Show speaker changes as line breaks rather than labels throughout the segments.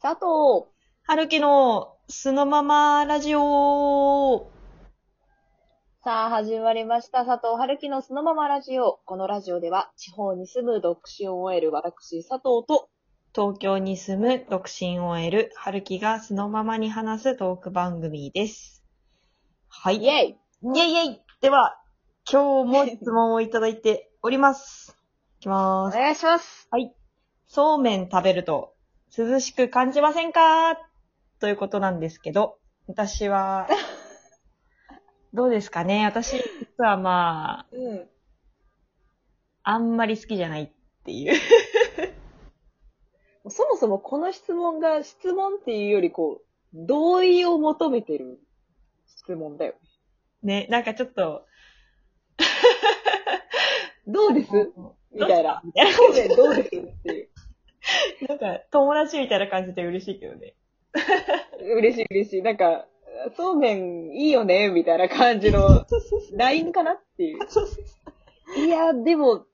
佐藤
春樹のそのままラジオ
さあ、始まりました。佐藤春樹のそのままラジオ。このラジオでは、地方に住む独身 OL、私、佐藤と、
東京に住む独身 OL 春樹がそのままに話すトーク番組です。はい。
イェイ
イェイイェイでは、今日も質問をいただいてお ります。いき
お
ます。
願いします。
そうめん食べると涼しく感じませんかということなんですけど、私は、どうですかね私、実はま
うん。
あ、あんまり好きじゃないっていう。
そもそもこの質問が、質問っていうより、こう、同意を求めてる質問だよ。
ね、なんかちょっと、
どうですみたいな。
みたい
そうめんどうですっていう。
な。なんか、友達みたいな感じで嬉しいけどね。
嬉しい嬉しい。なんか、そうめんいいよねみたいな感じ の、LINE かなっていう。いや、でも、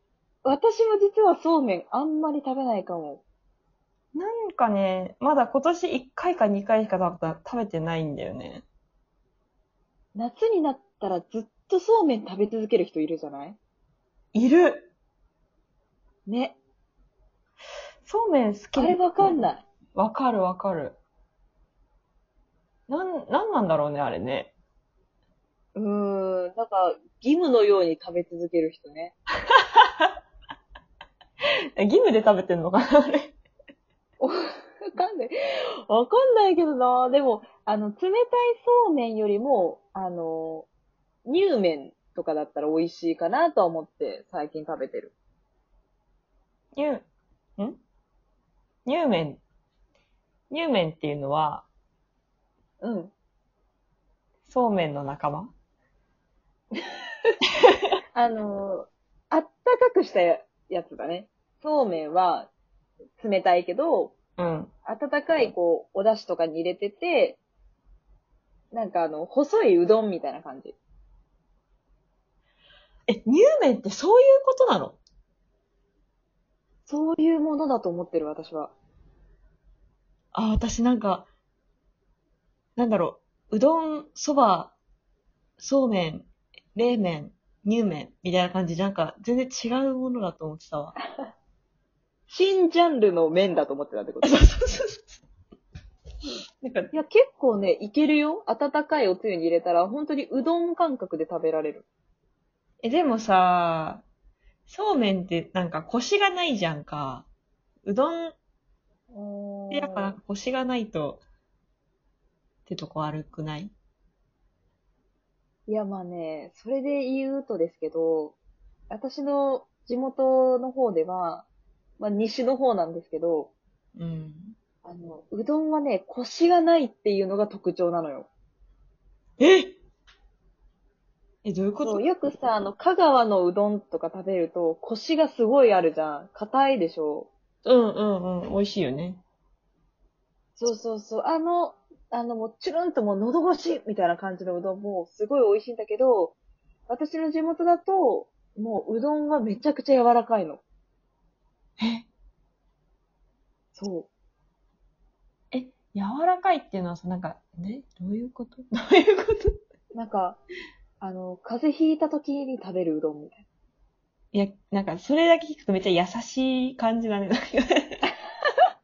私も実はそうめんあんまり食べないかも。
なんかね、まだ今年1回か2回しか食べた食べてないんだよね。
夏になったらずっとそうめん食べ続ける人いるじゃない
いる
ね。
そうめん好き
あれわかん
い。
ない。
わかるわかる。なん、なんなんだろうね、あれね。
うーん、なんか、義務のように食べ続ける人ね。
え義務で食べてんのかな、あれ。
わかんない。わかんないけどなでも、あの、冷たいそうめんよりも、あの、乳麺とかだったら美味しいかなとは思って最近食べてる。
乳、ん乳麺。乳麺っていうのは、
うん。
そうめんの仲間
あの、あったかくしたやつだね。そうめんは冷たいけど、
うん。
温かい、こう、お出汁とかに入れてて、なんかあの、細いうどんみたいな感じ。
え、乳麺ってそういうことなの
そういうものだと思ってる、私は。
あ、私なんか、なんだろう、うどん、そば、そうめん、冷麺、乳麺、みたいな感じで、なんか全然違うものだと思ってたわ。
新ジャンルの麺だと思ってたってこと。
なんか、
いや、結構ね、いけるよ。温かいおつゆに入れたら、本当にうどん感覚で食べられる。
え、でもさ、そうめんってなんかコシがないじゃんか。うどんってやっぱなんかコシがないと、ってとこ悪くない
いや、まあね、それで言うとですけど、私の地元の方では、まあ西の方なんですけど、
うん。
あの、うどんはね、コシがないっていうのが特徴なのよ。
ええ、どういうこ
そ
と
う、よくさ、あの、香川のうどんとか食べると、コシがすごいあるじゃん。硬いでしょ。
うんうんうん。美味しいよね。
そうそうそう。あの、あの、もう、チュルンともう喉越しみたいな感じのうどんも、すごい美味しいんだけど、私の地元だと、もう、うどんはめちゃくちゃ柔らかいの。
え
そ
柔らかいっていうのはさ、なんか、ね、どういうこと どういうこと
う。なんか、あの、風邪ひいた時に食べるうどんみたい
いや、なんか、それだけ聞くとめっちゃ優しい感じだね。 なんか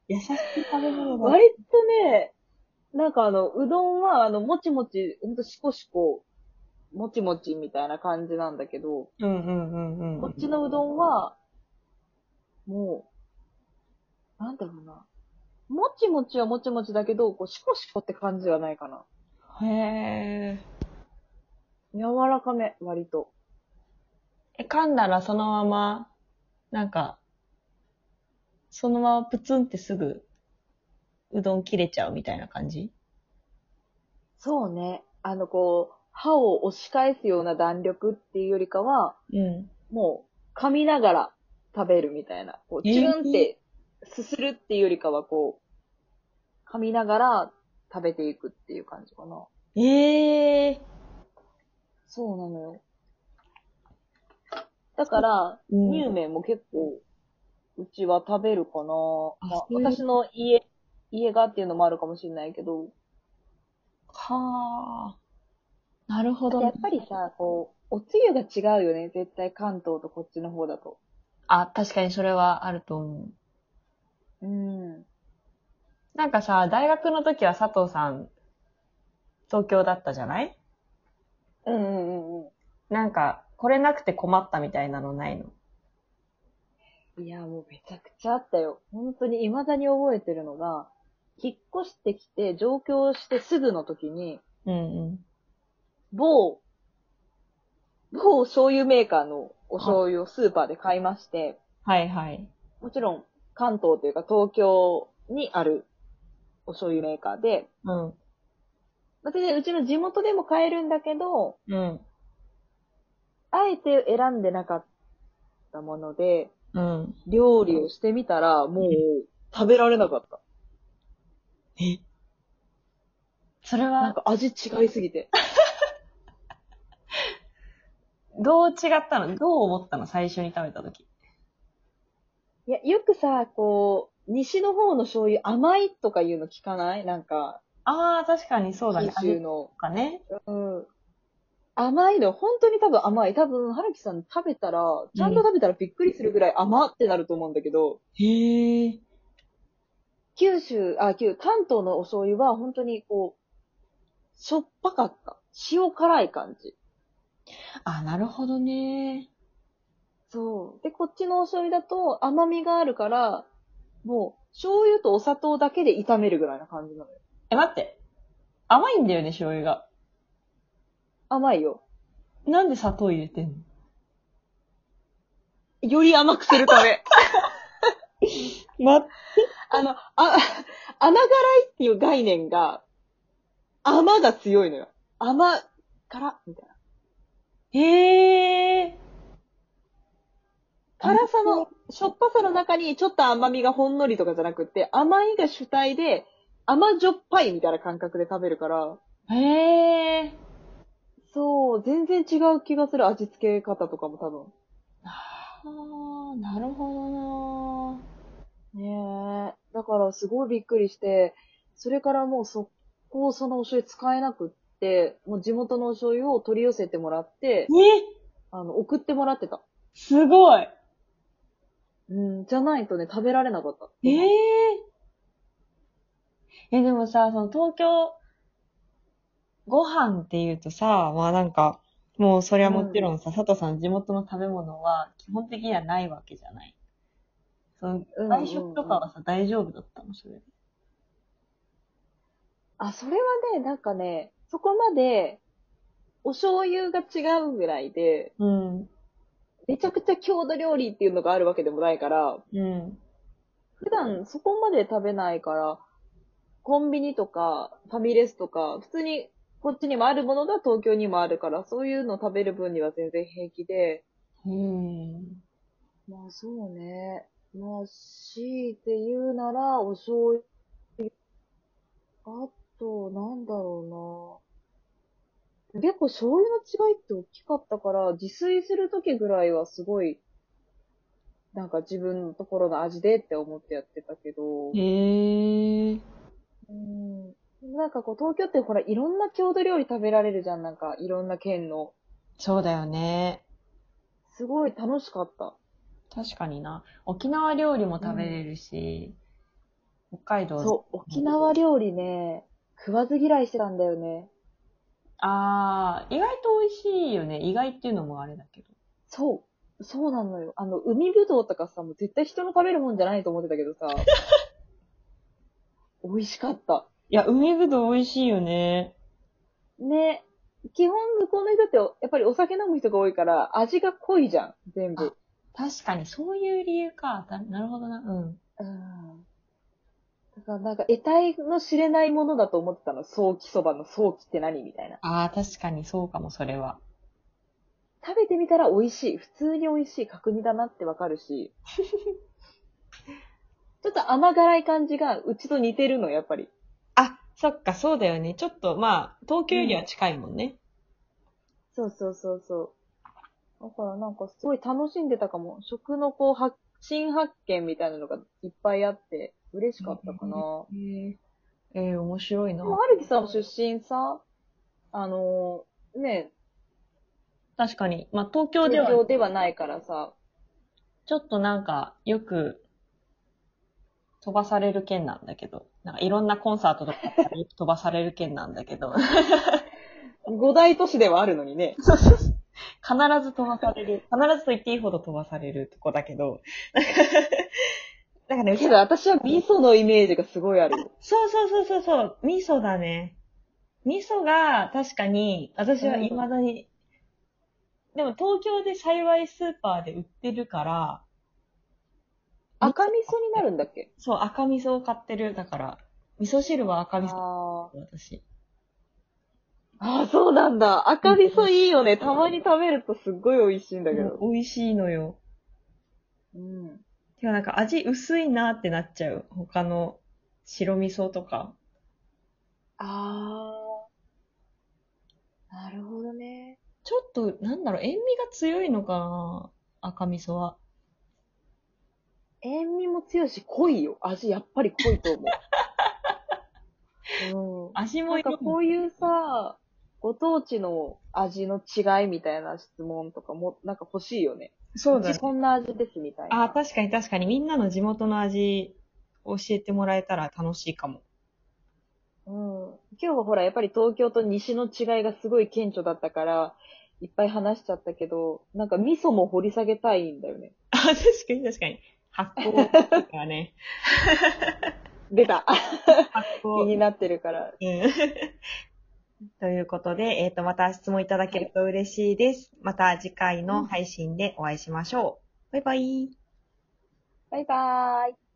優しい食べ
な。
物だ。
割とね、なんかあの、うどんは、あの、もちもち、ほんとしこしこ、もちもちみたいな感じなんだけど、
うんうんうんうん。
こっちのうどんは、もう、なんだろうな。もちもちはもちもちだけど、こう、シコシコって感じはないかな。
へー
柔らかめ、割と。
え。噛んだらそのまま、なんか、そのままプツンってすぐ、うどん切れちゃうみたいな感じ
そうね。あの、こう、歯を押し返すような弾力っていうよりかは、
うん。
もう、噛みながら食べるみたいな。こう、
えー
チュルンって、すするっていうよりかは、こう、噛みながら食べていくっていう感じかな。
ええ
そうなのよ。だから、
ー。うん
乳麺も結構、うちは食べるかな。
あ
まあ
そういう
私の家家がっていうのもあるかもしれないけど、
はあ。なるほど、
やっぱりさ、こう、おつゆが違うよね、絶対関東とこっちの方だと。
あ、確かにそれはあると思
う
う。
ん。
なんかさ、大学の時は佐藤さん、東京だったじゃない
うんうんうん
なんか、これなくて困ったみたいなのないの
うん。いや、もうめちゃくちゃあったよ。本当に未だに覚えてるのが、引っ越してきて、上京してすぐの時に、
うんうん。
某、某醤油メーカーのお醤油をスーパーで買いまして、
はいはい。
もちろん関東というか東京にあるお醤油メーカーで、
うん。
まあ全然うちの地元でも買えるんだけど、
うん。
あえて選んでなかったもので、
うん。
料理をしてみたら、もう食べられなかった。
えそれ
なん
は、
か味違いすぎて。
どう違ったのどう思ったの最初に食べた時。
いや、よくさ、こう、西の方の醤油甘いとか言うの聞かないなんか、
ああ、確かにそうだ
九
ね。
州
味
の。
とかね。
うん。甘いの、本当に多分甘い。多分、春樹さん食べたら、ちゃんと食べたらびっくりするぐらい甘ってなると思うんだけど、
へえ。
九州、あ、九、関東のお醤油は本当にこう、しょっぱかった。塩辛い感じ。
あ、なるほどね。
そう。で、こっちのお醤油だと甘みがあるから、もう、醤油とお砂糖だけで炒めるぐらいな感じなのよ。
え、待って。甘いんだよね、醤油が。
甘いよ。
なんで砂糖入れてんの
より甘くするた め。
ま、
あの、あ、穴がらいっていう概念が、甘が強いのよ。甘、辛、みたいな。
へえ。
辛さの、しょっぱさの中にちょっと甘みがほんのりとかじゃなくって、甘いが主体で、甘じょっぱいみたいな感覚で食べるから、
へえ。
そう、全然違う気がする味付け方とかも多分。
ああ、なるほどな。
ねえ。だからすごいびっくりして、それからもう速攻そのお醤油使えなくって、もう地元のお醤油を取り寄せてもらって、
え
あの、送ってもらってた。
すごい。
うん、じゃないとね、食べられなかった。
えええ、でもさ、その東京、ご飯っていうとさ、まあなんか、もうそりゃもちろんさ、佐藤さん地元の食べ物は基本的にはないわけじゃない。その
うん
外食とかはさ、大丈夫だったのそれ。
あ、それはね、なんかね、そこまで、お醤油が違うぐらいで、
うん。
めちゃくちゃ郷土料理っていうのがあるわけでもないから、
うん。
普段そこまで食べないから、コンビニとか、ファミレスとか、普通にこっちにもあるものが東京にもあるから、そういうの食べる分には全然平気で。
うん。
まあそうね。まあ、強いて言うなら、お醤油。あと、なんだろうな。結構醤油の違いって大きかったから、自炊するときぐらいはすごい、なんか自分のところの味でって思ってやってたけど。
へえ。
うんなんかこう、東京ってほら、いろんな郷土料理食べられるじゃん、なんか、いろんな県の。
そうだよね。
すごい楽しかった。
確かにな。沖縄料理も食べれるし、北海道
そう、沖縄料理ね、食わず嫌いしてたんだよね。
ああ、意外と美味しいよね。意外っていうのもあれだけど。
そう、そうなのよ。あの、海ぶどうとかさ、もう絶対人の食べるもんじゃないと思ってたけどさ、美味しかった。
いや、海ぶどう美味しいよね。
ね、基本向こうの人って、やっぱりお酒飲む人が多いから、味が濃いじゃん、全部。
確かに、そういう理由か。ななるほどな。うん。
うんだからなんか、得体の知れないものだと思ってたの。早期そばの早期って何みたいな。
ああ、確かにそうかも、それは。
食べてみたら美味しい。普通に美味しい角煮だなってわかるし。ちょっと甘辛い感じが、うちと似てるの、やっぱり。
あ、そっか、そうだよね。ちょっと、まあ、東京よりは近いもんね。
そうそうそうそう。だからなんか、すごい楽しんでたかも。食のこう、発新発見みたいなのがいっぱいあって。嬉しかったかな。
ええー面白いな
で。も、春樹さん出身さ、あのー、ね、
確かに。まあ、東京で
東
は、
京ではないからさ、
ちょっとなんか、よく、飛ばされる県なんだけど、なんかいろんなコンサートとかあったらよく飛ばされる県なんだけど、必
五大都市ではあるのにね。
ず飛ばされる。必ずと言っていいほど飛ばされるとこだけど、なんかね、うち
けど私は味噌のイメージがすごいあるよ。
そうそうそうそうそう、味噌だね。味噌が確かに、私は未だに、でも東京で幸いスーパーで売ってるから、
赤味噌になるんだっけ
そう、赤味噌を買ってる。だから、味噌汁は赤味噌。
あ
私。
あー、そうなんだ。赤味噌いいよね。たまに食べるとすっごい美味しいんだけど。
美味しいのよ。
うん。
てかなんか味薄いなってなっちゃう。他の白味噌とか。
ああ。なるほどね。
ちょっと、なんだろう、塩味が強いのかな赤味噌は。
塩味も強いし、濃いよ。味、やっぱり濃いと思う。うん。
味も
なん
いろ
か
い
こ
ろ
ういうさ、ご当地の味の違いみたいな質問とかも、なんか欲しいよね。
そう
ちこんな味ですみたいな。
あ、確かに確かに。みんなの地元の味教えてもらえたら楽しいかも。
うん。今日はほら、やっぱり東京と西の違いがすごい顕著だったから、いっぱい話しちゃったけど、なんか味噌も掘り下げたいんだよね。
あ、確かに確かに。発酵とかね。
出た
発
気に
酵。
なってるから。
うん ということで、えっ、と、また質問いただけると嬉しいです。また次回の配信でお会いしましょう。バイバイ。
バイバーイ